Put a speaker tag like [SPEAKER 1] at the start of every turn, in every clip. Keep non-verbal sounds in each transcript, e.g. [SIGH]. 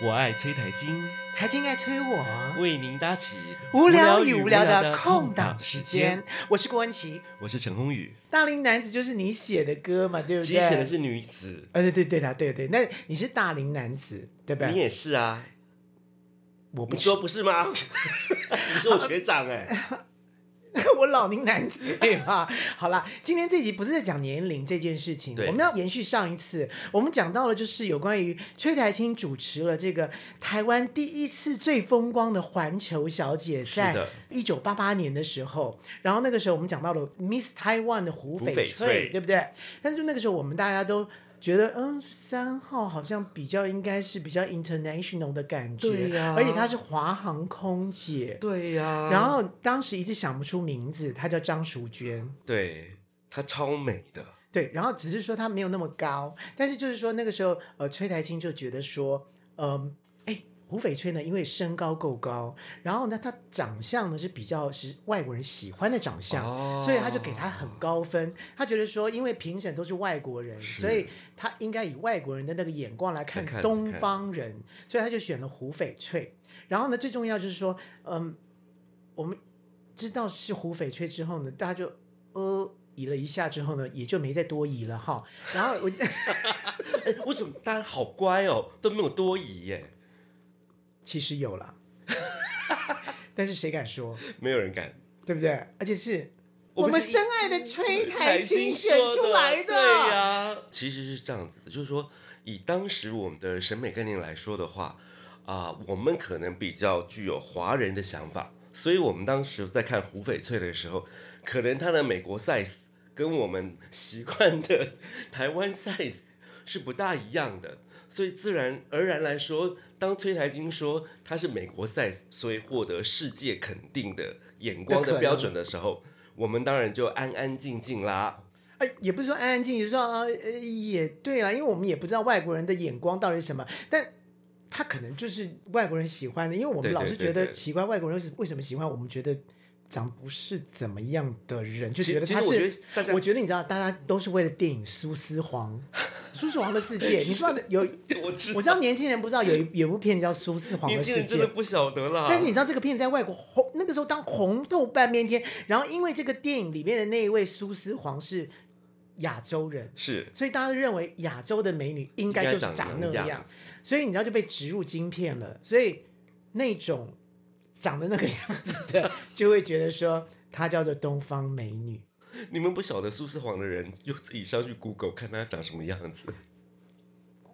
[SPEAKER 1] 我爱崔台金，
[SPEAKER 2] 台金爱催我。
[SPEAKER 1] 为您搭起
[SPEAKER 2] 无聊与无聊的空档时间。，我是郭文琪。
[SPEAKER 1] 我是陈宏宇，
[SPEAKER 2] 大龄男子就是你写的歌嘛，对不对？
[SPEAKER 1] 其实写的是女子，
[SPEAKER 2] 呃，对对对啦，对对，那你是大龄男子，对不
[SPEAKER 1] 你
[SPEAKER 2] 对？
[SPEAKER 1] 也是啊，
[SPEAKER 2] 我不
[SPEAKER 1] 你
[SPEAKER 2] 是，
[SPEAKER 1] 说不是吗？ [LAUGHS] 你是我学长
[SPEAKER 2] [LAUGHS]
[SPEAKER 1] 哎，
[SPEAKER 2] 我老龄
[SPEAKER 1] [LAUGHS]
[SPEAKER 2] 男子对吧？好啦，今天这集不是在讲年龄这件事情，
[SPEAKER 1] 对
[SPEAKER 2] 我们要延续上一次，我们讲到了就是有关于崔台青主持了这个台湾第一次最风光的环球小姐
[SPEAKER 1] 是
[SPEAKER 2] 在
[SPEAKER 1] 的
[SPEAKER 2] 一九八八年的时候，然后那个时候我们讲到了 Miss Taiwan 的胡
[SPEAKER 1] 胡
[SPEAKER 2] 翡
[SPEAKER 1] 翡翠
[SPEAKER 2] 对不对？但是那个时候我们大家都觉得，嗯，三号好像比较应该是比较 international 的感觉，
[SPEAKER 1] 对呀
[SPEAKER 2] 而且她是华航空姐。
[SPEAKER 1] 对呀
[SPEAKER 2] 然后当时一直想不出名字，她叫张淑娟，
[SPEAKER 1] 对她超美的，
[SPEAKER 2] 对，然后只是说她没有那么高，但是就是说那个时候，呃，崔台青就觉得说，嗯、哎，胡翡翠呢，因为身高够高，然后呢，她长相呢是比较是外国人喜欢的长相，
[SPEAKER 1] 哦
[SPEAKER 2] 所以他就给他很高分。他觉得说，因为评审都是外国人，
[SPEAKER 1] 是
[SPEAKER 2] 所以他应该以外国人的那个眼光来看
[SPEAKER 1] 来看
[SPEAKER 2] 东方人，所以他就选了胡翡翠。然后呢，最重要就是说，嗯，我们知道是胡翡翠之后呢，大家就呃移了一下之后呢，也就没再多移了哈。然后我
[SPEAKER 1] 哎， [LAUGHS] 为什么大家好乖哦，都没有多疑耶？
[SPEAKER 2] 其实有了， [LAUGHS] 但是谁敢说，
[SPEAKER 1] 没有人敢，
[SPEAKER 2] 对不对？而且是
[SPEAKER 1] 我们
[SPEAKER 2] 们
[SPEAKER 1] 是
[SPEAKER 2] 深爱
[SPEAKER 1] [LAUGHS]
[SPEAKER 2] 的崔台青
[SPEAKER 1] 青
[SPEAKER 2] 选出来
[SPEAKER 1] 的，对呀、其实是这样子的，就是说，以当时我们的审美概念来说的话，啊、我们可能比较具有华人的想法，所以我们当时在看胡翡翠的时候，可能它的美国 size 跟我们习惯的台湾 size 是不大一样的。所以自然而然来说，当崔台金说他是美国 size，所以获得世界肯定的眼光
[SPEAKER 2] 的可
[SPEAKER 1] 的
[SPEAKER 2] 能
[SPEAKER 1] 标准的时候，我们当然就安安静静啦。
[SPEAKER 2] 哎，也不是说安安静静，就是说呃呃也对啦，因为我们也不知道外国人的眼光到底是什么，但他可能就是外国人喜欢的，因为我
[SPEAKER 1] 对
[SPEAKER 2] 们老
[SPEAKER 1] 对
[SPEAKER 2] 是
[SPEAKER 1] 对
[SPEAKER 2] 觉
[SPEAKER 1] 对
[SPEAKER 2] 得奇怪，外国人为什为什么喜欢？我们觉得长不是怎么样的人，就
[SPEAKER 1] 其
[SPEAKER 2] 觉得
[SPEAKER 1] 其
[SPEAKER 2] 他
[SPEAKER 1] 实我觉
[SPEAKER 2] 是。
[SPEAKER 1] 得大家
[SPEAKER 2] 我觉得你知道，大家都是为了电影《苏丝黄》《苏丝黄的世
[SPEAKER 1] [LAUGHS]
[SPEAKER 2] 界》，你知道的有，
[SPEAKER 1] 我知
[SPEAKER 2] 我知道年轻人不知道有一有一部片子叫《苏丝黄
[SPEAKER 1] 年
[SPEAKER 2] 的
[SPEAKER 1] 轻
[SPEAKER 2] 世界
[SPEAKER 1] 人》，真的不晓得啦。
[SPEAKER 2] 但是你知道这个片在外国红，那个时候当红透半边天。然后因为这个电影里面的那一位苏丝黄是亚洲人，
[SPEAKER 1] 是
[SPEAKER 2] 所以大家认为亚洲的美女应
[SPEAKER 1] 应
[SPEAKER 2] 该就是
[SPEAKER 1] 长
[SPEAKER 2] 长那样，所以你知道就被植入晶片了。所以那种长得那个样子的，就会觉得说她叫做东方美女。
[SPEAKER 1] 子。你们不晓得苏丝黄的人，就自己上去 Google 看他长什么样子，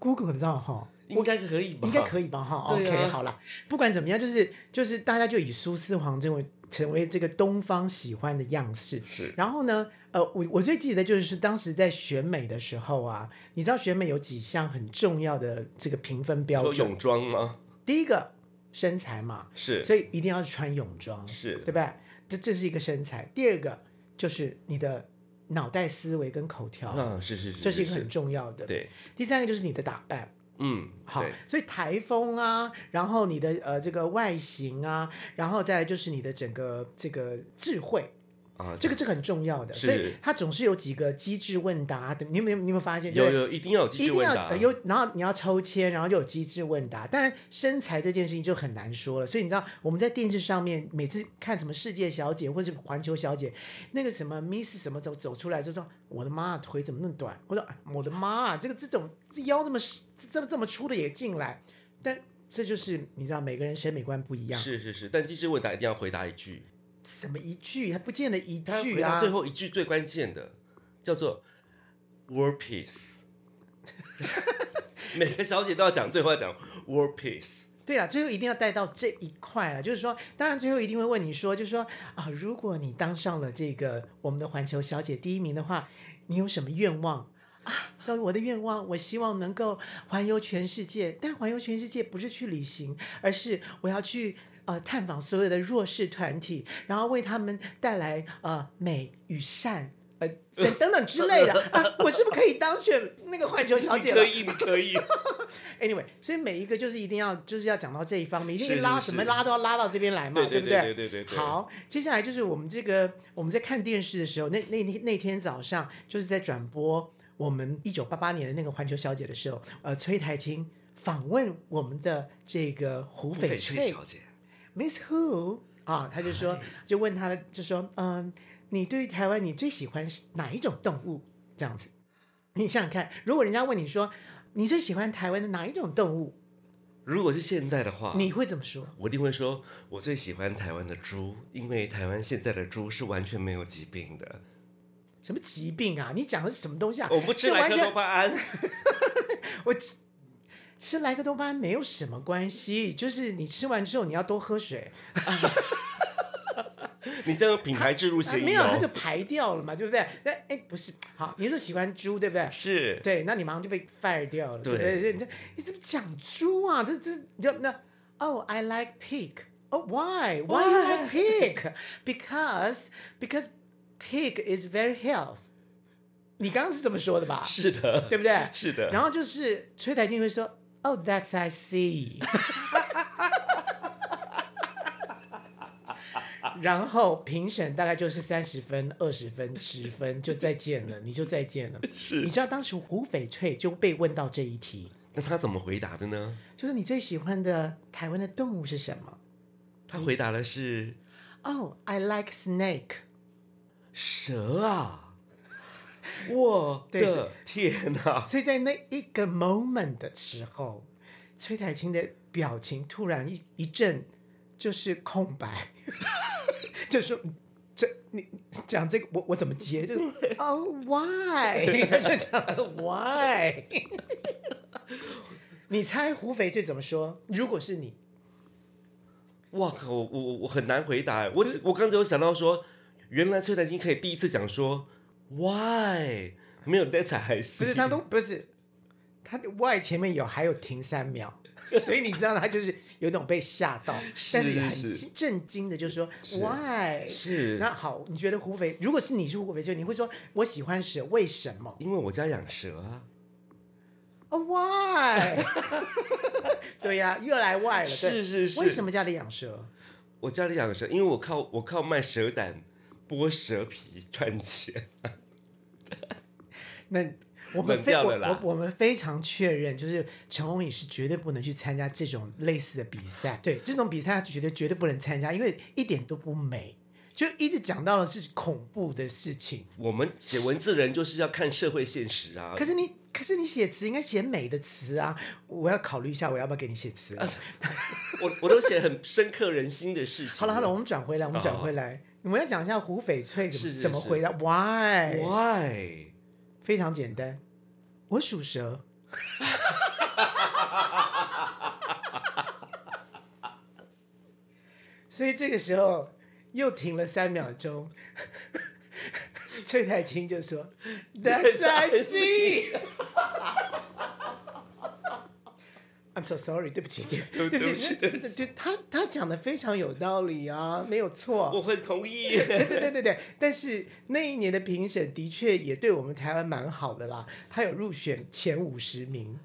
[SPEAKER 2] Google 得到哈，
[SPEAKER 1] 应该可以吧？
[SPEAKER 2] 应该可以吧？ [LAUGHS] 哈、o
[SPEAKER 1] 对啊
[SPEAKER 2] k 好啦，不管怎么样，就是就是大家就以苏丝黄这为成为这个东方喜欢的样式。
[SPEAKER 1] 是
[SPEAKER 2] 然后呢，呃，我我最记得就是当时在选美的时候啊，你知道选美有几项很重要的这个评分标
[SPEAKER 1] 说
[SPEAKER 2] 准，
[SPEAKER 1] 泳装吗？
[SPEAKER 2] 第一个身材嘛，
[SPEAKER 1] 是
[SPEAKER 2] 所以一定要穿泳装，
[SPEAKER 1] 是
[SPEAKER 2] 对吧？这这是一个身材。第二个就是你的脑袋思维跟口条，
[SPEAKER 1] 啊，是是是，
[SPEAKER 2] 这是一个很重要的。
[SPEAKER 1] 对，
[SPEAKER 2] 第三个就是你的打扮。
[SPEAKER 1] 嗯，
[SPEAKER 2] 好
[SPEAKER 1] 对，
[SPEAKER 2] 所以台风啊，然后你的呃这个外形啊，然后再来就是你的整个这个智慧，
[SPEAKER 1] 啊，
[SPEAKER 2] 这个这个很重要的，
[SPEAKER 1] 是
[SPEAKER 2] 所以它总是有几个机智问答的。你有没有你有没有发现？
[SPEAKER 1] 有
[SPEAKER 2] 就是
[SPEAKER 1] 有一定要有机
[SPEAKER 2] 一
[SPEAKER 1] 智
[SPEAKER 2] 定
[SPEAKER 1] 问
[SPEAKER 2] 要
[SPEAKER 1] 答啊
[SPEAKER 2] 呃，有，然后你要抽签，然后就有机智问答。当然，身材这件事情就很难说了。所以你知道，我们在电视上面每次看什么世界小姐或者是环球小姐，那个什么 Miss 什么走走出来就说：“我的妈，腿怎么那么短？”我说：“哎我的妈啊，这个这种这腰这么这么这么粗的也进来。”但这就是你知道，每个人审美观不一样，
[SPEAKER 1] 是是是，但机智问答一定要回答一句，
[SPEAKER 2] 什么一句还不见得一
[SPEAKER 1] 他
[SPEAKER 2] 句
[SPEAKER 1] 回答
[SPEAKER 2] 啊
[SPEAKER 1] 最。后一句最关键的，叫做 “war
[SPEAKER 2] [LAUGHS]
[SPEAKER 1] peace”。每个小姐都要讲，最后要讲 “war peace”。
[SPEAKER 2] 对啊，最后一定要带到这一块啊，就是说，当然最后一定会问你说，就是说啊，如果你当上了这个我们的环球小姐第一名的话，你有什么愿望啊？那我的愿望，我希望能够环游全世界，但环游全世界不是去旅行，而是我要去。呃，探访所有的弱势团体，然后为他们带来呃美与善，呃等等之类的啊，我是不是可以当选那个环球小姐
[SPEAKER 1] 你
[SPEAKER 2] 了
[SPEAKER 1] 可？以，你可
[SPEAKER 2] [LAUGHS]
[SPEAKER 1] 以。
[SPEAKER 2] Anyway，所以每一个就是一定要就是要讲到这一方面，一
[SPEAKER 1] 是
[SPEAKER 2] 定
[SPEAKER 1] 是
[SPEAKER 2] 拉
[SPEAKER 1] 是
[SPEAKER 2] 怎么拉都要拉到这边来嘛，
[SPEAKER 1] 对对
[SPEAKER 2] 不
[SPEAKER 1] 对对对对对
[SPEAKER 2] 好，接下来就是我们这个我们在看电视的时候，那那那那天早上就是在转播我们一九八八年的那个环球小姐的时候，呃，崔台青访问我们的这个胡
[SPEAKER 1] 胡
[SPEAKER 2] 翡
[SPEAKER 1] 翠
[SPEAKER 2] 翠
[SPEAKER 1] 小姐，
[SPEAKER 2] Miss Who 啊，他就
[SPEAKER 1] 哎
[SPEAKER 2] 说，就问他的，就说，嗯，你对于台湾你最喜欢是哪一种动物？这样子，你想想看，如果人家问你说你最喜欢台湾的哪一种动物，
[SPEAKER 1] 如果是现在的话，
[SPEAKER 2] 你会怎么说？
[SPEAKER 1] 我一定会说，我最喜欢台湾的猪，因为台湾现在的猪是完全没有疾病的，
[SPEAKER 2] 什么疾病啊？你讲的是什么东西啊？
[SPEAKER 1] [LAUGHS] 我们不吃
[SPEAKER 2] 是
[SPEAKER 1] 莱
[SPEAKER 2] 完
[SPEAKER 1] 克
[SPEAKER 2] 全
[SPEAKER 1] 多巴胺。 [LAUGHS]
[SPEAKER 2] 吃莱克多巴胺没有什么关系，就是你吃完之后你要多喝水，
[SPEAKER 1] 你这样品牌植入
[SPEAKER 2] 啊、
[SPEAKER 1] 嫌
[SPEAKER 2] 没
[SPEAKER 1] 疑
[SPEAKER 2] 有它
[SPEAKER 1] 哦
[SPEAKER 2] 就。排掉了嘛，对不对？那哎不是，好，你说喜欢猪对不对？
[SPEAKER 1] 是，
[SPEAKER 2] 对，那你马上就被 fire 掉了，对不
[SPEAKER 1] 对
[SPEAKER 2] 对？你这你怎么讲猪啊？这这你就那哦，I like pig。Oh, why? Why you like pig? Because [LAUGHS] because pig is very health. 你刚刚是这么说的吧？
[SPEAKER 1] 是的，
[SPEAKER 2] 对不对？
[SPEAKER 1] 是的。
[SPEAKER 2] 然后就是崔台金会说，Oh, that's I see 。然后评审大概就是三十分、二十分、十分，就再见了，你就再见了。 [LAUGHS] 是，你知道当时胡翡翠就被问到这一题，
[SPEAKER 1] 那他怎么回答的呢？
[SPEAKER 2] 就是你最喜欢的台湾的动物是什么
[SPEAKER 1] 他回答的是
[SPEAKER 2] ？Oh, I like snake。
[SPEAKER 1] 蛇
[SPEAKER 2] [LAUGHS]
[SPEAKER 1] 啊！我
[SPEAKER 2] 对是
[SPEAKER 1] 的天啊哪！
[SPEAKER 2] 所以在那一个 moment 的时候，崔台青的表情突然一一阵就是空白， [LAUGHS] 就说嗯这你讲这个我我怎么接？就是哦
[SPEAKER 1] [LAUGHS]
[SPEAKER 2] why？他就讲了 why？你猜胡斐翠怎么说？如果是你，
[SPEAKER 1] 哇靠！我我我很难回答。哎我只我刚才有想到说，原来崔丹青可以第一次讲说 why 没有 that 才
[SPEAKER 2] 不是
[SPEAKER 1] [LAUGHS]
[SPEAKER 2] 他都不是他的 why 前面有还有停三秒。 [LAUGHS] 所以你知道他就是有一种被吓到，但是也
[SPEAKER 1] [LAUGHS] 是
[SPEAKER 2] 很
[SPEAKER 1] 是
[SPEAKER 2] 震惊的，就说 why？
[SPEAKER 1] 是
[SPEAKER 2] 那好，你觉得胡肥，如果是你是胡肥就你会说我喜欢蛇，为什么？
[SPEAKER 1] 因为我家养蛇啊。
[SPEAKER 2] 哦、w h y [LAUGHS] 对呀、又来 why 了，对
[SPEAKER 1] 是是是
[SPEAKER 2] 为什么家里养蛇？
[SPEAKER 1] 我家里养蛇，因为我靠我靠卖蛇胆、剥蛇皮 [LAUGHS] 赚钱。
[SPEAKER 2] 那我们
[SPEAKER 1] 冷
[SPEAKER 2] 非
[SPEAKER 1] 掉
[SPEAKER 2] 我
[SPEAKER 1] 了啦
[SPEAKER 2] 我我们非常确认，就是陈宏宇是绝对不能去参加这种类似的比赛。对，这种比赛他绝对绝对不能参加，因为一点都不美，就一直讲到的是恐怖的事情。
[SPEAKER 1] 我们写文字人就是要看社会现实啊
[SPEAKER 2] 可。是你，可是你写词应该写美的词啊！我要考虑一下，我要不要给你写词、
[SPEAKER 1] 我我都写很深刻人心的事情。
[SPEAKER 2] 好了好了，我们转回来，我们转回来，我们要讲一下胡翡翠
[SPEAKER 1] 哦
[SPEAKER 2] 怎么
[SPEAKER 1] 是是
[SPEAKER 2] 怎么
[SPEAKER 1] 是
[SPEAKER 2] 回答。Why？
[SPEAKER 1] ，why？
[SPEAKER 2] 非常简单，我属蛇。所以这个时候又停了三秒钟，崔太清就说：“That's I see。” I'm so sorry，对不起，对
[SPEAKER 1] 对对不起
[SPEAKER 2] 对不起，对他他讲的非常有道理啊，没有错。
[SPEAKER 1] 我很同意。 [LAUGHS]
[SPEAKER 2] 对对对对对，但是那一年的评审的确也对我们台湾蛮好的啦，他有入选前五十名，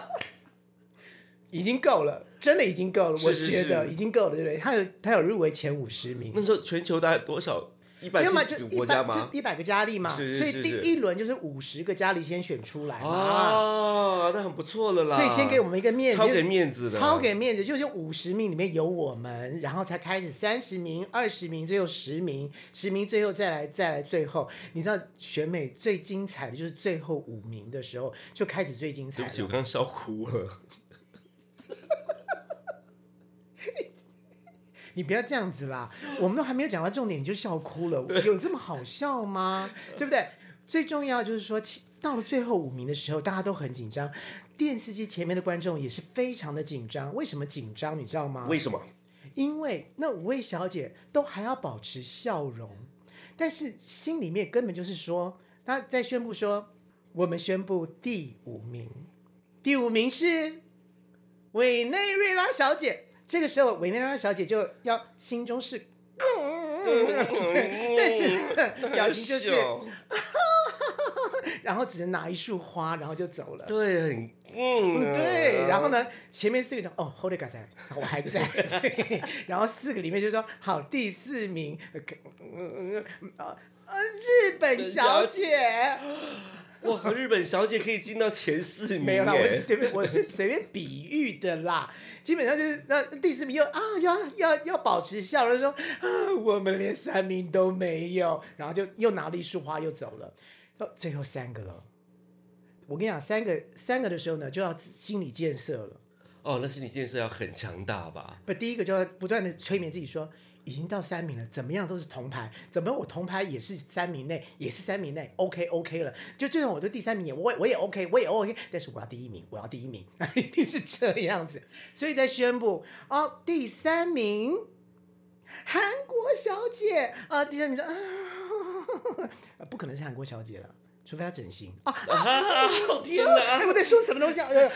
[SPEAKER 2] [LAUGHS] 已经够了，真的已经够了，
[SPEAKER 1] 是是
[SPEAKER 2] 我觉得
[SPEAKER 1] 是
[SPEAKER 2] 已经够了，对不对？他有他有入围前五十名，
[SPEAKER 1] 那时候全球大概多少？一百
[SPEAKER 2] 要么
[SPEAKER 1] 七
[SPEAKER 2] 就
[SPEAKER 1] 十个
[SPEAKER 2] 一
[SPEAKER 1] 国
[SPEAKER 2] 百
[SPEAKER 1] 家
[SPEAKER 2] 就
[SPEAKER 1] 吗？
[SPEAKER 2] 一百个佳丽嘛，
[SPEAKER 1] 是是是
[SPEAKER 2] 所以
[SPEAKER 1] 是
[SPEAKER 2] 第一轮就是五十个佳丽先选出来嘛。
[SPEAKER 1] 哦，那很不错了啦。
[SPEAKER 2] 所以先给我们一个面子，
[SPEAKER 1] 超
[SPEAKER 2] 就是
[SPEAKER 1] 给面子的，
[SPEAKER 2] 超给面子，就是五十名里面有我们，然后才开始三十名、二十名，最后十名，十名最后再来再来最后。你知道选美最精彩的就是最后五名的时候就开始最精彩
[SPEAKER 1] 对不起，我
[SPEAKER 2] 了。
[SPEAKER 1] 刚刚笑哭了。
[SPEAKER 2] 你不要这样子啦，我们都还没有讲到重点你就笑哭了，有这么好笑吗？对不对？最重要就是说，其到了最后五名的时候，大家都很紧张，电视机前面的观众也是非常的紧张。为什么紧张？你知道吗？
[SPEAKER 1] 为什么？
[SPEAKER 2] [LAUGHS] 因为那五位小姐都还要保持笑容，但是心里面根本就是说，她在宣布说，我们宣布第五名，第五名是委内瑞拉小姐。这个时候，委内瑞拉小姐就要心中是，但 [LAUGHS] 是表情就是，
[SPEAKER 1] 笑
[SPEAKER 2] 然后只能拿一束花，然后就走了。
[SPEAKER 1] [LAUGHS] 对，很嗯，
[SPEAKER 2] [LAUGHS] 对，然后？呢，前面四个就哦，Hold it，刚才我还在， [LAUGHS] 对然后四个里面就说好第四名，呃可嗯嗯嗯嗯呃呃日本小姐，
[SPEAKER 1] 哇，日本小姐可以进到前四名耶，
[SPEAKER 2] 没有啦，我是随便我是随便比喻的啦，基本上就是那第四名又啊要要要保持笑容，说啊我们连三名都没有，然后就又拿了一束花又走了，到最后三个了。我跟你讲，三个三个的时候呢，就要心理建设了。
[SPEAKER 1] 哦，那心理建设要很强大吧？
[SPEAKER 2] 不，第一个就要不断的催眠自己说，已经到三名了，怎么样都是铜牌，怎么我铜牌也是三名内，也是三名内，OK OK 了，就就算我都第三名也我也我也 OK，我也 OK，但是我要第一名，我要第一名，一定是这样子。所以在宣布哦，第三名，韩国小姐啊、第三名说啊，不可能是韩国小姐了，除非她整形啊，
[SPEAKER 1] 啊，哦天哪！
[SPEAKER 2] 哎我在说什么东西啊？呃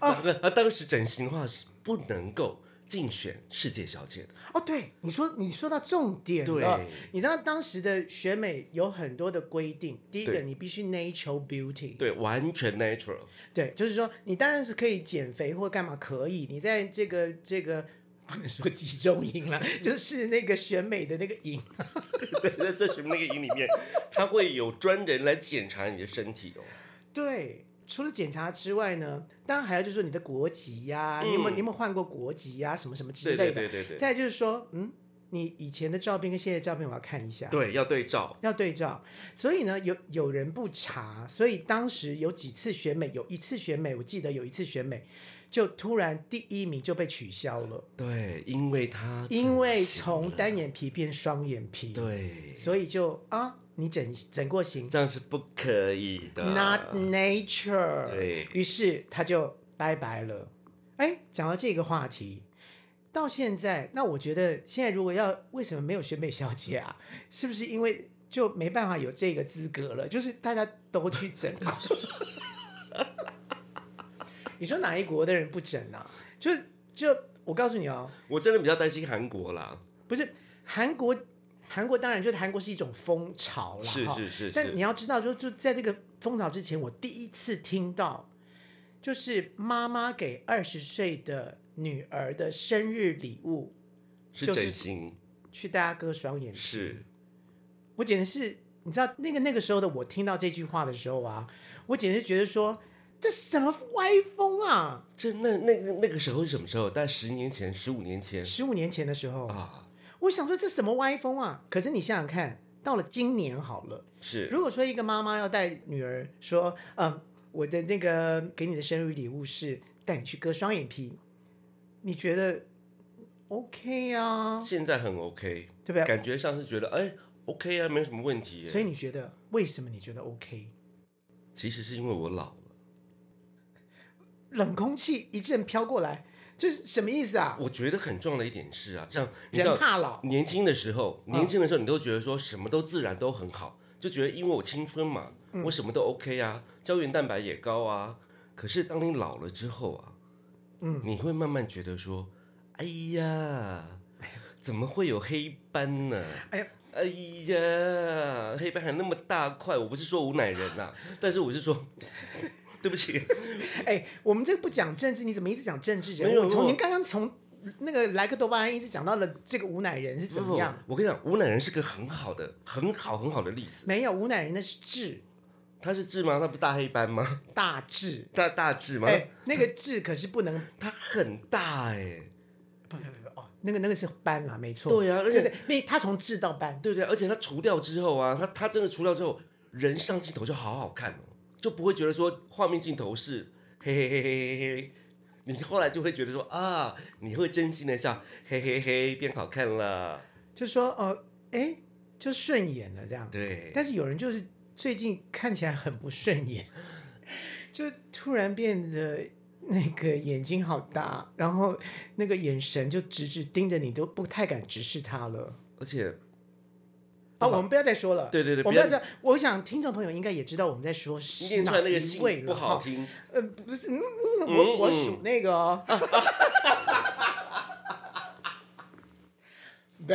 [SPEAKER 1] 啊，啊，当时整形的话是不能够竞选世界小姐的，
[SPEAKER 2] 哦，对，你说你说到重点了
[SPEAKER 1] 对。
[SPEAKER 2] 你知道当时的选美有很多的规定，第一个
[SPEAKER 1] 对
[SPEAKER 2] 你必须 natural beauty，
[SPEAKER 1] 对，完全 natural。 [LAUGHS]
[SPEAKER 2] 对，就是说你当然是可以减肥或干嘛可以，你在这个这个。不能说集中营了，就是那个选美的那个营，
[SPEAKER 1] 对，在在什么那个营里面，他会有专人来检查你的身体哦。
[SPEAKER 2] 对，除了检查之外呢，当然还有就是说你的国籍呀、你有没有你有没有换过国籍呀、什么什么之
[SPEAKER 1] 嗯对
[SPEAKER 2] 类
[SPEAKER 1] 对
[SPEAKER 2] 的。
[SPEAKER 1] 对对对，
[SPEAKER 2] 再就是说，嗯，你以前的照片跟现在的照片我要看一下。
[SPEAKER 1] 对要对照。
[SPEAKER 2] 要对照，所以呢，有有人不查，所以当时有几次选美，有一次选美，我记得有一次选美，就突然第一名就被取消了，
[SPEAKER 1] 对，因为他
[SPEAKER 2] 因为
[SPEAKER 1] 整形
[SPEAKER 2] 从
[SPEAKER 1] 了
[SPEAKER 2] 单眼皮变双眼皮，
[SPEAKER 1] 对，
[SPEAKER 2] 所以就啊，你整整过型
[SPEAKER 1] 这样是不可以的。
[SPEAKER 2] ，not nature，
[SPEAKER 1] 对
[SPEAKER 2] 于是他就拜拜了。哎，讲到这个话题。到现在，那我觉得现在如果要为什么没有选美小姐啊？ [LAUGHS] 是不是因为就没办法有这个资格了？就是大家都去整过。 [LAUGHS] 你说哪一国的人不整啊？就就我告诉你哦，
[SPEAKER 1] 我真的比较担心韩国啦。
[SPEAKER 2] 不是韩国，韩国当然就是韩国是一种风潮啦，
[SPEAKER 1] 是
[SPEAKER 2] 哈
[SPEAKER 1] 是是
[SPEAKER 2] 但你
[SPEAKER 1] 是，
[SPEAKER 2] 要知道，就就在这个风潮之前，我第一次听到，就是妈妈给二十岁的女儿的生日礼物，
[SPEAKER 1] 是
[SPEAKER 2] 就是
[SPEAKER 1] 整形，
[SPEAKER 2] 去大家割双眼皮。
[SPEAKER 1] 是
[SPEAKER 2] 我简直是，你知道那个那个时候的我听到这句话的时候啊，我简直觉得说这什么歪风啊！
[SPEAKER 1] 这那那个那个时候是什么时候？大概十年前、十五年前
[SPEAKER 2] 十五年前的时候，
[SPEAKER 1] 嗯啊，
[SPEAKER 2] 我想说这什么歪风啊！可是你想想看，到了今年好了。
[SPEAKER 1] 是
[SPEAKER 2] 如果说一个妈妈要带女儿说，嗯，我的那个给你的生日礼物是带你去割双眼皮，你觉得 OK 啊？
[SPEAKER 1] 现在很 OK，
[SPEAKER 2] 对不对？啊
[SPEAKER 1] 感觉上是觉得哎 OK 啊，没有什么问题耶。
[SPEAKER 2] 所以你觉得为什么你觉得 OK？
[SPEAKER 1] 其实是因为我老了，
[SPEAKER 2] 冷空气一阵飘过来，这是什么意思啊？
[SPEAKER 1] 我觉得很重要的一点是啊，像你知
[SPEAKER 2] 人
[SPEAKER 1] 道
[SPEAKER 2] 怕老，
[SPEAKER 1] 年轻的时候，
[SPEAKER 2] 嗯
[SPEAKER 1] 年轻的时候你都觉得说什么都自然都很好，就觉得因为我青春嘛，
[SPEAKER 2] 嗯
[SPEAKER 1] 我什么都 OK 啊，胶原蛋白也高啊。可是当你老了之后啊，
[SPEAKER 2] 嗯，
[SPEAKER 1] 你会慢慢觉得说，哎呀，怎么会有黑斑呢？
[SPEAKER 2] 哎呀，
[SPEAKER 1] 哎呀，黑斑还那么大块，我不是说吴乃人呐、啊但是我是说， [LAUGHS] 对不起，
[SPEAKER 2] 哎，我们这个不讲政治，你怎么一直讲政治
[SPEAKER 1] 没有
[SPEAKER 2] 人物？从
[SPEAKER 1] 我
[SPEAKER 2] 您刚刚从那个莱克多巴胺一直讲到了这个吴乃人是怎么样？
[SPEAKER 1] 不？不我跟你讲，吴乃人是个很好的、很好、很好的例子。
[SPEAKER 2] 没有，吴乃人的是痣，
[SPEAKER 1] 他是痣吗？他不是大黑斑吗？
[SPEAKER 2] 大痣。
[SPEAKER 1] 大大痣吗？
[SPEAKER 2] 哎，那个痣可是不能
[SPEAKER 1] 他很大哎、
[SPEAKER 2] 不不不不哦，那个那个是斑啦，没错。
[SPEAKER 1] 对啊而且
[SPEAKER 2] 对对那他从痣到斑，
[SPEAKER 1] 对不对？而且他除掉之后啊，他他真的除掉之后，人上镜头就好好看哦，就不会觉得说画面镜头是嘿嘿嘿嘿嘿嘿。你后来就会觉得说啊，你会真心的笑，嘿嘿嘿，变好看了。
[SPEAKER 2] 就说哦，哎、就顺眼了这样。
[SPEAKER 1] 对，
[SPEAKER 2] 但是有人就是最近看起来很不顺眼， [LAUGHS] 就突然变得那个眼睛好大，然后那个眼神就直直盯着你，都不太敢直视他了。
[SPEAKER 1] 而且
[SPEAKER 2] 啊、我们不要再说了。
[SPEAKER 1] 对对对不
[SPEAKER 2] 我们不要
[SPEAKER 1] 要
[SPEAKER 2] 再。我想听众朋友应该也知道我们在说
[SPEAKER 1] 念出来那个
[SPEAKER 2] 哪一位
[SPEAKER 1] 姓不
[SPEAKER 2] 了
[SPEAKER 1] 好
[SPEAKER 2] 哈
[SPEAKER 1] 听，
[SPEAKER 2] 呃，不是，嗯，嗯 [LAUGHS] 我我
[SPEAKER 1] 嗯
[SPEAKER 2] 数那个哦。 [LAUGHS] 不，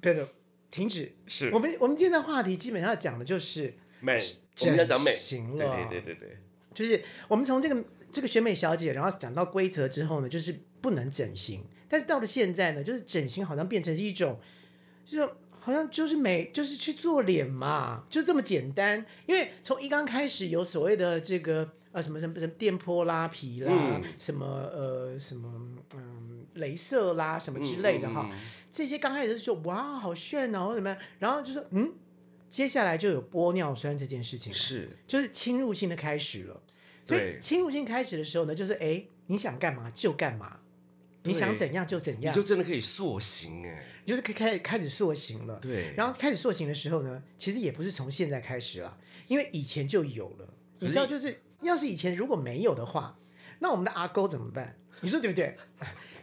[SPEAKER 2] 不不，停止。
[SPEAKER 1] 是
[SPEAKER 2] 我们我们今天的话题基本上讲的就是，
[SPEAKER 1] 美，我们要讲美，
[SPEAKER 2] 整形
[SPEAKER 1] 对
[SPEAKER 2] 了
[SPEAKER 1] 对对对对，
[SPEAKER 2] 就是我们从这个这个选美小姐，然后讲到规则之后呢，就是不能整形。但是到了现在呢，就是整形好像变成是一种，就是好像就是美，就是去做脸嘛，就这么简单。因为从一刚开始有所谓的这个呃什么什么什么电波拉皮啦，
[SPEAKER 1] 嗯
[SPEAKER 2] 什么呃什么嗯镭射啦什么之类的哈，
[SPEAKER 1] 嗯嗯嗯
[SPEAKER 2] 这些刚开始就说哇好炫哦怎么样，然后就说嗯，接下来就有玻尿酸这件事
[SPEAKER 1] 嗯
[SPEAKER 2] 情了，
[SPEAKER 1] 是
[SPEAKER 2] 就是侵入性的开始了。所以
[SPEAKER 1] 对
[SPEAKER 2] 侵入性开始的时候呢，就是哎你想干嘛就干嘛，你想
[SPEAKER 1] 对
[SPEAKER 2] 怎样就怎
[SPEAKER 1] 你
[SPEAKER 2] 样，
[SPEAKER 1] 就真的可以塑形哎，
[SPEAKER 2] 你就是开开开始塑形了。
[SPEAKER 1] 对，
[SPEAKER 2] 然后开始塑形的时候呢，其实也不是从现在开始啦，因为以前就有了。你知道，就是要是以前如果没有的话，那我们的阿沟怎么办？你说对不对？ [LAUGHS]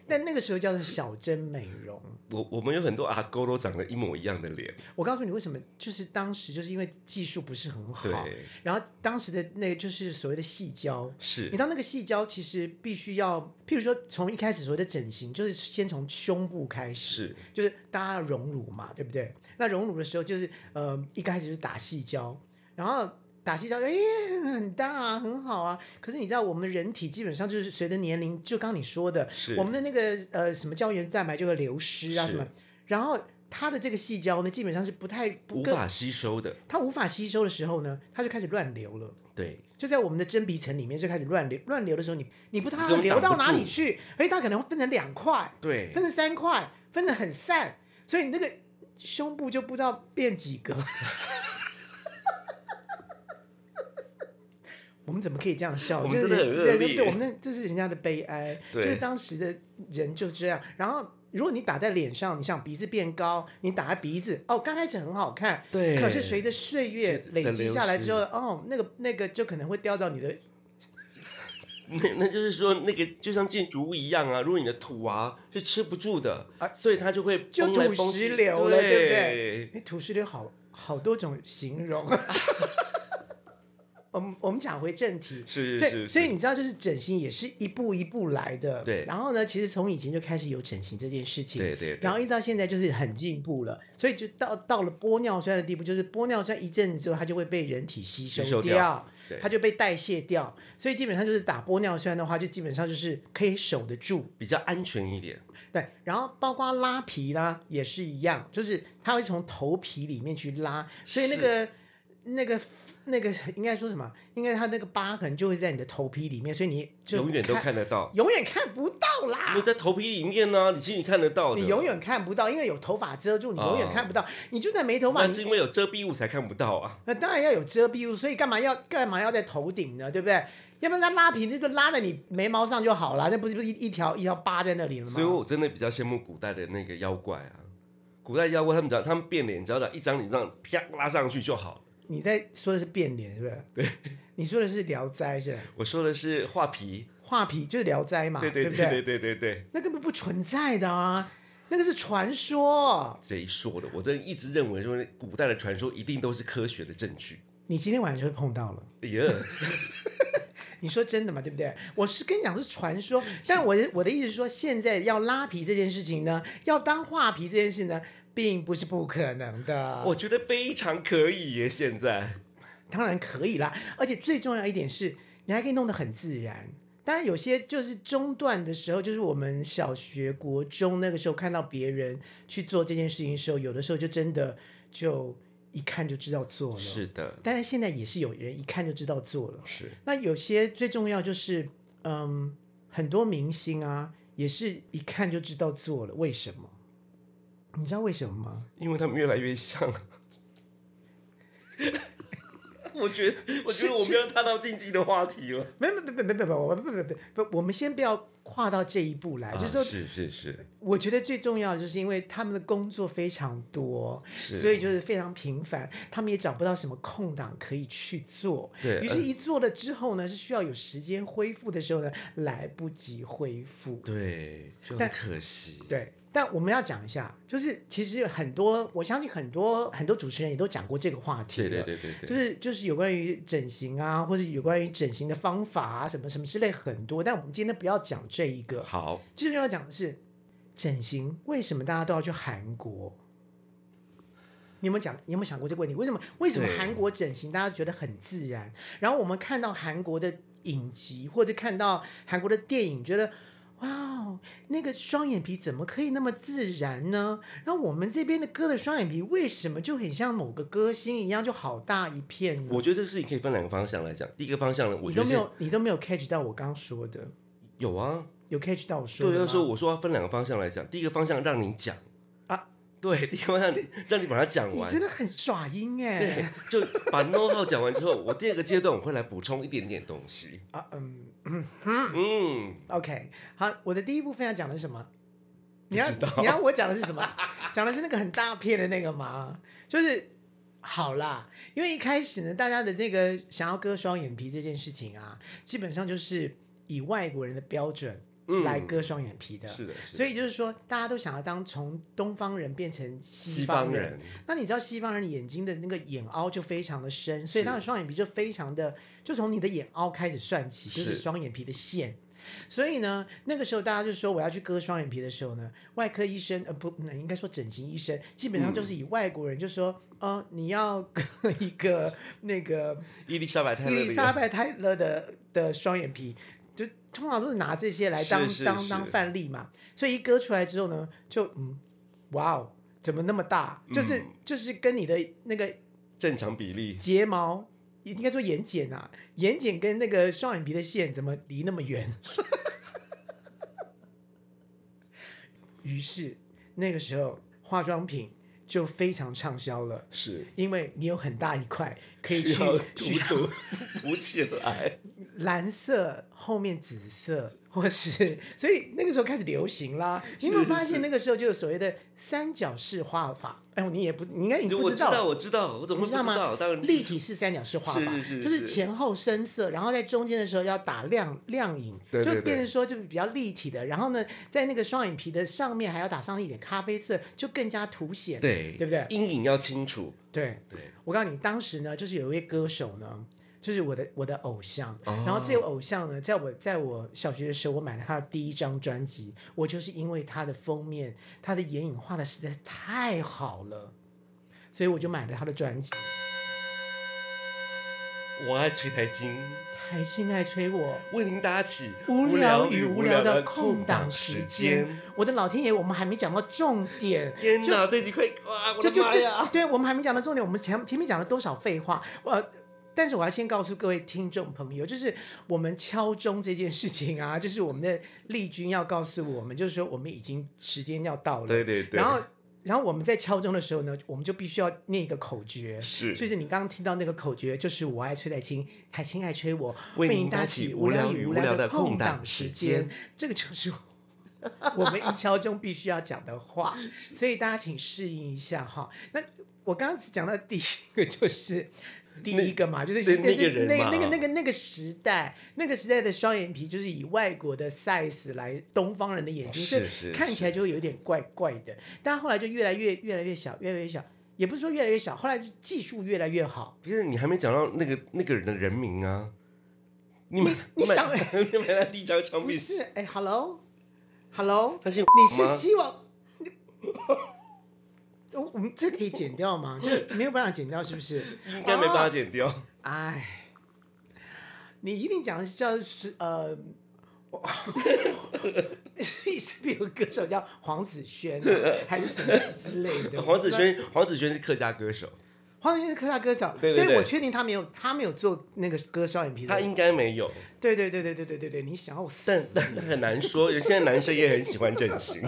[SPEAKER 2] 但那个时候叫做小针美容。
[SPEAKER 1] 我我们有很多阿哥都长得一模一样的脸，
[SPEAKER 2] 我告诉你为什么，就是当时就是因为技术不是很好，
[SPEAKER 1] 对，
[SPEAKER 2] 然后当时的那个就是所谓的细胶。你
[SPEAKER 1] 是
[SPEAKER 2] 知道那个细胶其实必须要，譬如说从一开始所谓的整形，就是先从胸部开始，
[SPEAKER 1] 是，
[SPEAKER 2] 就是大家熔乳嘛，对不对？那熔乳的时候就是呃一开始就是打细胶，然后打细胶，哎、很大啊，很好啊。可是你知道我们人体基本上就是随着年龄，就刚你说的，
[SPEAKER 1] 是
[SPEAKER 2] 我们的那个呃什么胶原蛋白就会流失啊
[SPEAKER 1] 是
[SPEAKER 2] 什么，然后它的这个细胶呢，基本上是不太不
[SPEAKER 1] 无
[SPEAKER 2] 更
[SPEAKER 1] 法吸收的，
[SPEAKER 2] 它无法吸收的时候呢，它就开始乱流了。
[SPEAKER 1] 对，
[SPEAKER 2] 就在我们的真皮层里面就开始乱流，乱流的时候你，你不知道
[SPEAKER 1] 你
[SPEAKER 2] 它
[SPEAKER 1] 根本
[SPEAKER 2] 流
[SPEAKER 1] 挡
[SPEAKER 2] 到
[SPEAKER 1] 不
[SPEAKER 2] 哪里
[SPEAKER 1] 住
[SPEAKER 2] 去，而且它可能会分成两块，
[SPEAKER 1] 对，
[SPEAKER 2] 分成三块，分成很散，所以你那个胸部就不知道变几个。 [LAUGHS] 我们怎么可以这样笑？
[SPEAKER 1] 我们
[SPEAKER 2] 就是
[SPEAKER 1] 真的很
[SPEAKER 2] 人
[SPEAKER 1] 恶
[SPEAKER 2] 对
[SPEAKER 1] 劣
[SPEAKER 2] 对，我们那这是人家的悲哀，就
[SPEAKER 1] 对
[SPEAKER 2] 是当时的人就这样。然后，如果你打在脸上，你想鼻子变高，你打在鼻子，哦，刚开始很好看，
[SPEAKER 1] 对
[SPEAKER 2] 可是随着岁月
[SPEAKER 1] 对
[SPEAKER 2] 累
[SPEAKER 1] 的
[SPEAKER 2] 积
[SPEAKER 1] 流
[SPEAKER 2] 下来
[SPEAKER 1] 失
[SPEAKER 2] 之后，哦，那个那个就可能会掉到你的
[SPEAKER 1] 那那就是说，那个就像建筑物一样啊，如果你的土啊是吃不住的，
[SPEAKER 2] 啊
[SPEAKER 1] 所以它就会
[SPEAKER 2] 就
[SPEAKER 1] 崩来崩
[SPEAKER 2] 土
[SPEAKER 1] 去
[SPEAKER 2] 石流了对不
[SPEAKER 1] 对？
[SPEAKER 2] 哎，土石流好好多种
[SPEAKER 1] [LAUGHS]
[SPEAKER 2] 形容。我们我们讲回正题，
[SPEAKER 1] 是是
[SPEAKER 2] 对，
[SPEAKER 1] 是，
[SPEAKER 2] 所以你知道，就是整形也是一步一步来的。
[SPEAKER 1] 对
[SPEAKER 2] 然后呢，其实从以前就开始有整形这件事情，
[SPEAKER 1] 对对对
[SPEAKER 2] 然后一直到现在就是很进步了，所以就到到了玻尿酸的地步，就是玻尿酸一阵子之后，它就会被人体吸收
[SPEAKER 1] 吸收掉对
[SPEAKER 2] 它就被代谢掉，所以基本上就是打玻尿酸的话，就基本上就是可以守得住。
[SPEAKER 1] 比较安全一点，
[SPEAKER 2] 对，然后包括拉皮啦，也是一样，就是它会从头皮里面去拉，所以那
[SPEAKER 1] 是
[SPEAKER 2] 个那个那个应该说什么？应该它那个疤痕就会在你的头皮里面，所以你就
[SPEAKER 1] 永远都看得到。
[SPEAKER 2] 永远看不到啦
[SPEAKER 1] 因为。在头皮里面呢、你其实你看得到的。
[SPEAKER 2] 你永远看不到，因为有头发遮住，你永远
[SPEAKER 1] 哦
[SPEAKER 2] 看不到。你就算没头发，
[SPEAKER 1] 那
[SPEAKER 2] 你
[SPEAKER 1] 是因为有遮蔽物才看不到啊。
[SPEAKER 2] 那当然要有遮蔽物，所以干嘛要干嘛要在头顶呢？对不对？要不然它拉皮那就拉在你眉毛上就好了，那不是不是一一条一条疤在那里了吗？
[SPEAKER 1] 所以我真的比较羡慕古代的那个妖怪啊，古代妖怪他们只要他们变脸，只要把一张脸这样啪拉上去就好了。
[SPEAKER 2] 你在说的是变脸是不是？对，你说的是《聊斋》是吧？
[SPEAKER 1] 我说的是画皮，
[SPEAKER 2] 画皮就是《聊斋》嘛，
[SPEAKER 1] 对对
[SPEAKER 2] 不
[SPEAKER 1] 对对对对对，
[SPEAKER 2] 那根本不存在的啊，那个是传说。
[SPEAKER 1] 谁说的？我真的一直认为说古代的传说一定都是科学的证据。
[SPEAKER 2] 你今天晚上就会碰到了。
[SPEAKER 1] 哎呀，
[SPEAKER 2] 你说真的嘛？对不对？我是跟你讲是传说，但我的我的意思是说，现在要拉皮这件事情呢，要当画皮这件事呢，并不是不可能的。
[SPEAKER 1] 我觉得非常可以耶！现在
[SPEAKER 2] 当然可以啦，而且最重要一点是，你还可以弄得很自然。当然，有些就是中段的时候，就是我们小学、国中那个时候看到别人去做这件事情的时候，有的时候就真的就一看就知道做了。
[SPEAKER 1] 是的，
[SPEAKER 2] 当然现在也是有人一看就知道做了。
[SPEAKER 1] 是
[SPEAKER 2] 那有些最重要就是，嗯，很多明星啊，也是一看就知道做了。为什么？你知道为什么吗？
[SPEAKER 1] 因为他们越来越像。 [LAUGHS] 我觉得，我觉
[SPEAKER 2] 是
[SPEAKER 1] 得我们要踏到禁忌的话题了。
[SPEAKER 2] 没没没没没没没，我不不不不，我们先不要跨到这一步来，哎就是说
[SPEAKER 1] 啊是是是
[SPEAKER 2] 我觉得最重要的就是因为他们的工作非常多，
[SPEAKER 1] 是，
[SPEAKER 2] 所以就是非常频繁，他们也找不到什么空档可以去做。
[SPEAKER 1] 对嗯
[SPEAKER 2] 于是，一做了之后呢，是需要有时间恢复的时候呢，来不及恢复。
[SPEAKER 1] 对，就
[SPEAKER 2] 但
[SPEAKER 1] 很可惜。
[SPEAKER 2] 对，但我们要讲一下，就是其实很多，我相信很多很多主持人也都讲过这个话题
[SPEAKER 1] 对
[SPEAKER 2] 了。
[SPEAKER 1] 对对对对，
[SPEAKER 2] 就是就是有关于整形啊，或者有关于整形的方法啊，什么什么之类很多，但我们今天不要讲这一个，
[SPEAKER 1] 好，
[SPEAKER 2] 就是要讲的是整形，为什么大家都要去韩国？你有没有讲？你有没有想过这个问题？为什么为什么
[SPEAKER 1] 对
[SPEAKER 2] 韩国整形大家觉得很自然？然后我们看到韩国的影集或者看到韩国的电影，觉得哇哦，那个双眼皮怎么可以那么自然呢？然后我们这边的歌的双眼皮为什么就很像某个歌星一样，就好大一片呢？
[SPEAKER 1] 我觉得这个事情可以分两个方向来讲。第一个方向呢，我
[SPEAKER 2] 你
[SPEAKER 1] 觉得
[SPEAKER 2] 都没
[SPEAKER 1] 是
[SPEAKER 2] 有，你都没有 catch 到我刚说的，
[SPEAKER 1] 有啊，
[SPEAKER 2] 有 catch 到我说
[SPEAKER 1] 对，
[SPEAKER 2] 的
[SPEAKER 1] 那
[SPEAKER 2] 吗？
[SPEAKER 1] 时候我说要分两个方向来讲，第一个方向让你讲
[SPEAKER 2] 啊，
[SPEAKER 1] 对， [LAUGHS] 第一个方向让你把它讲
[SPEAKER 2] 你
[SPEAKER 1] 完
[SPEAKER 2] 真，的很耍阴哎、
[SPEAKER 1] 对，就把 no 号讲完之后，我第二个阶段我会来补充一点点东西。
[SPEAKER 2] 啊，嗯
[SPEAKER 1] 嗯，
[SPEAKER 2] ，OK，好，我的第一部分要讲的是什么？你要
[SPEAKER 1] 不知道
[SPEAKER 2] 你要我讲的是什么？ [LAUGHS] 讲的是那个很大片的那个吗？就是好啦，因为一开始呢，大家的那个想要割双眼皮这件事情啊，基本上就是以外国人的标准
[SPEAKER 1] 嗯
[SPEAKER 2] 来割双眼皮的，
[SPEAKER 1] 是的，是的
[SPEAKER 2] 所以就是说，大家都想要当从东方人变成
[SPEAKER 1] 西
[SPEAKER 2] 西
[SPEAKER 1] 方
[SPEAKER 2] 人，
[SPEAKER 1] 人
[SPEAKER 2] 那你知道西方人眼睛的那个眼凹就非常的深，所以他的双眼皮就非常的，就从你的眼凹开始算起，就是
[SPEAKER 1] 是
[SPEAKER 2] 双眼皮的线。所以呢，那个时候大家就说我要去割双眼皮的时候呢，外科医生呃不，嗯应该说整形医生，基本上就是以外国人就说，哦，你要割一个那个
[SPEAKER 1] 伊丽莎白泰勒
[SPEAKER 2] 伊
[SPEAKER 1] 的
[SPEAKER 2] 丽
[SPEAKER 1] 一
[SPEAKER 2] 莎
[SPEAKER 1] 个，
[SPEAKER 2] 白泰勒的的双眼皮，就通常都是拿这些来
[SPEAKER 1] 是
[SPEAKER 2] 当
[SPEAKER 1] 是
[SPEAKER 2] 当
[SPEAKER 1] 是
[SPEAKER 2] 当范例嘛。所以一割出来之后呢，就嗯，哇哦，怎么那么大？就是、
[SPEAKER 1] 嗯
[SPEAKER 2] 就是跟你的那个
[SPEAKER 1] 正常比例，
[SPEAKER 2] 睫毛，应该说眼睑啊，眼睑跟那个双眼皮的线怎么离那么远？ [LAUGHS] 于是那个时候化妆品就非常畅销了。
[SPEAKER 1] 是
[SPEAKER 2] 因为你有很大一块可以去
[SPEAKER 1] 需要
[SPEAKER 2] 去
[SPEAKER 1] 涂涂涂起来，
[SPEAKER 2] 蓝色后面紫色， [LAUGHS] 或是所以那个时候开始流行啦。你有没有发现那个时候就有所谓的三角式画法？哎，你也不，你应该你不
[SPEAKER 1] 我
[SPEAKER 2] 知
[SPEAKER 1] 知
[SPEAKER 2] 道。
[SPEAKER 1] 道，我知道，我怎么
[SPEAKER 2] 你
[SPEAKER 1] 会
[SPEAKER 2] 知
[SPEAKER 1] 不
[SPEAKER 2] 道
[SPEAKER 1] 知
[SPEAKER 2] 吗
[SPEAKER 1] 道？当然
[SPEAKER 2] 立体式三角式画法，
[SPEAKER 1] 是是是
[SPEAKER 2] 就是
[SPEAKER 1] 是
[SPEAKER 2] 前后深色，然后在中间的时候要打亮亮影，
[SPEAKER 1] 对对
[SPEAKER 2] 就
[SPEAKER 1] 对
[SPEAKER 2] 变成说就比较立体的。然后呢，在那个双眼皮的上面还要打上一点咖啡色，就更加凸显，
[SPEAKER 1] 对
[SPEAKER 2] 对不对？
[SPEAKER 1] 阴影要清楚，
[SPEAKER 2] 对，
[SPEAKER 1] 对，
[SPEAKER 2] 我告诉你，当时呢，就是有一位歌手呢，就是我的我的偶像。
[SPEAKER 1] 哦
[SPEAKER 2] 然后这个偶像呢，在我在我小学的时候，我买了他的第一张专辑，我就是因为他的封面，他的眼影画的实在是太好了，所以我就买了他的专辑。
[SPEAKER 1] 我爱崔台金，
[SPEAKER 2] 台青爱催我。
[SPEAKER 1] 为您搭起
[SPEAKER 2] 无聊与无聊的空档时
[SPEAKER 1] 时
[SPEAKER 2] 间
[SPEAKER 1] 间。，
[SPEAKER 2] 我的老天爷，我们还没讲到重点，
[SPEAKER 1] 天哪，这集快哇！我
[SPEAKER 2] 就
[SPEAKER 1] 的
[SPEAKER 2] 就
[SPEAKER 1] 妈
[SPEAKER 2] 就
[SPEAKER 1] 呀！
[SPEAKER 2] 对我们还没讲到重点，我们前前面讲了多少废话，呃。但是我要先告诉各位听众朋友，就是我们敲钟这件事情啊，就是我们的丽君要告诉我们，就是说我们已经时间要到了。
[SPEAKER 1] 对对对，
[SPEAKER 2] 然后，然后我们在敲钟的时候呢，我们就必须要念一个口诀。
[SPEAKER 1] 是
[SPEAKER 2] 就是你刚刚听到那个口诀，就是我爱崔代清，台清爱吹我，
[SPEAKER 1] 为
[SPEAKER 2] 为
[SPEAKER 1] 您
[SPEAKER 2] 您搭
[SPEAKER 1] 搭
[SPEAKER 2] 起
[SPEAKER 1] 起
[SPEAKER 2] 无
[SPEAKER 1] 无
[SPEAKER 2] 聊
[SPEAKER 1] 聊
[SPEAKER 2] 与
[SPEAKER 1] 与
[SPEAKER 2] 无
[SPEAKER 1] 无
[SPEAKER 2] 聊
[SPEAKER 1] 聊
[SPEAKER 2] 的
[SPEAKER 1] 的
[SPEAKER 2] 空
[SPEAKER 1] 空
[SPEAKER 2] 档
[SPEAKER 1] 档
[SPEAKER 2] 时
[SPEAKER 1] 时
[SPEAKER 2] 间
[SPEAKER 1] 间，
[SPEAKER 2] 这个就是 [LAUGHS] 我们一敲钟必须要讲的话，所以大家请适应一下哈。那我刚刚只讲到第一个就是。第一个嘛，就是
[SPEAKER 1] 对那个人
[SPEAKER 2] 那
[SPEAKER 1] 嘛
[SPEAKER 2] 那个那个那个时代，那个时代的双眼皮就是以外国的 size 来东方人的眼睛，
[SPEAKER 1] 哦是
[SPEAKER 2] 所以
[SPEAKER 1] 是
[SPEAKER 2] 看起来就会有点怪怪的。但后来就越来越越来越小，越来越小，也不是说越来越小，后来就技术越来越好。
[SPEAKER 1] 不是你还没讲到那个那个人的人名啊？你买
[SPEAKER 2] 你
[SPEAKER 1] 买 [LAUGHS]
[SPEAKER 2] 想
[SPEAKER 1] 你买他第一张唱
[SPEAKER 2] 不
[SPEAKER 1] 片，
[SPEAKER 2] 是，哎，hello，hello，
[SPEAKER 1] 他姓
[SPEAKER 2] 你是
[SPEAKER 1] 吗
[SPEAKER 2] 希望你 [LAUGHS] 哦我我们这可以剪掉吗？这没有办法剪掉，是不是？
[SPEAKER 1] 应该没办法剪掉。
[SPEAKER 2] 哎，你一定讲的是叫是呃，我是是不是有个歌手叫黄子轩啊、还是什么之类的？
[SPEAKER 1] 黄子，轩，黄子轩是客家歌手，
[SPEAKER 2] 黄子轩是科大歌手，
[SPEAKER 1] 对对对
[SPEAKER 2] 我确定他没有，他没有做那个歌双眼皮
[SPEAKER 1] 他
[SPEAKER 2] 的。
[SPEAKER 1] 应该没有，
[SPEAKER 2] 对对对对对对对对，你想要死。
[SPEAKER 1] 但但很难说。 [LAUGHS] 有些男生也很喜欢整形，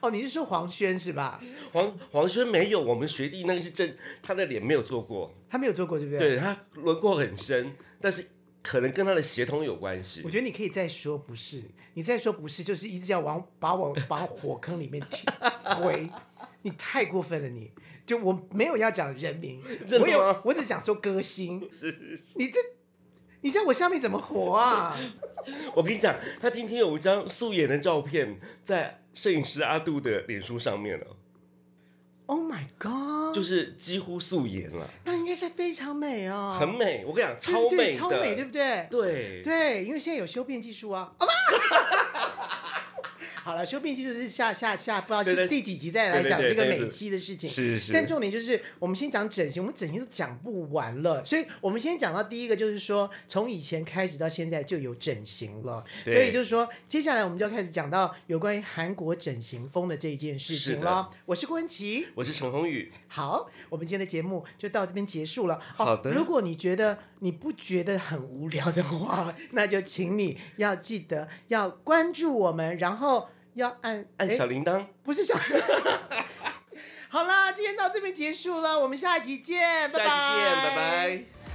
[SPEAKER 2] 哦，你是说黄轩是吧？
[SPEAKER 1] 黄黄轩没有，我们学弟那个是真，他的脸没有做过，
[SPEAKER 2] 他没有做过，对不对？
[SPEAKER 1] 对他轮廓很深，但是可能跟他的协同有关系
[SPEAKER 2] 我。觉得你可以再说不是，你再说不是，就是一直要往把我把我火坑里面踢推，你太过分了你，就我没有要讲人名，
[SPEAKER 1] [LAUGHS] 真的
[SPEAKER 2] 我有
[SPEAKER 1] 吗
[SPEAKER 2] 我只讲说歌星，你这你像我下面怎么活啊？
[SPEAKER 1] 我跟你讲，他今天有一张素颜的照片在摄影师阿杜的脸书上面了，
[SPEAKER 2] Oh my god！
[SPEAKER 1] 就是几乎素颜了，
[SPEAKER 2] 那应该是非常美哦，
[SPEAKER 1] 很美。我跟你讲，超
[SPEAKER 2] 对对
[SPEAKER 1] 美的，
[SPEAKER 2] 超美，对不对？
[SPEAKER 1] 对
[SPEAKER 2] 对，因为现在有修片技术啊，好吧？哦 [LAUGHS] 好了，说不定就是下下下不知道
[SPEAKER 1] 对对
[SPEAKER 2] 是第几集再来讲
[SPEAKER 1] 对对对
[SPEAKER 2] 这个
[SPEAKER 1] 对
[SPEAKER 2] 美
[SPEAKER 1] 对
[SPEAKER 2] 肌的事情。
[SPEAKER 1] 是是，
[SPEAKER 2] 但重点就是，我们先讲整形，我们整形都讲不完了，所以我们先讲到第一个，就是说从以前开始到现在就有整形了，所
[SPEAKER 1] 对
[SPEAKER 2] 以就是说接下来我们就要开始讲到有关于韩国整形风的这一件事
[SPEAKER 1] 是
[SPEAKER 2] 情
[SPEAKER 1] 的
[SPEAKER 2] 了。我是郭文琪，
[SPEAKER 1] 我是陈宏宇，
[SPEAKER 2] 好，我们今天的节目就到这边结束了。哦
[SPEAKER 1] 好的
[SPEAKER 2] 如果你觉得你不觉得很无聊的话， [LAUGHS] 那就请你要记得要关注我们，然后要按
[SPEAKER 1] 按
[SPEAKER 2] 诶
[SPEAKER 1] 小铃铛，
[SPEAKER 2] 不
[SPEAKER 1] [LAUGHS]
[SPEAKER 2] 是小。 [LAUGHS] 好啦，今天到这边结束了，我们下一集见，
[SPEAKER 1] 下期见，拜拜。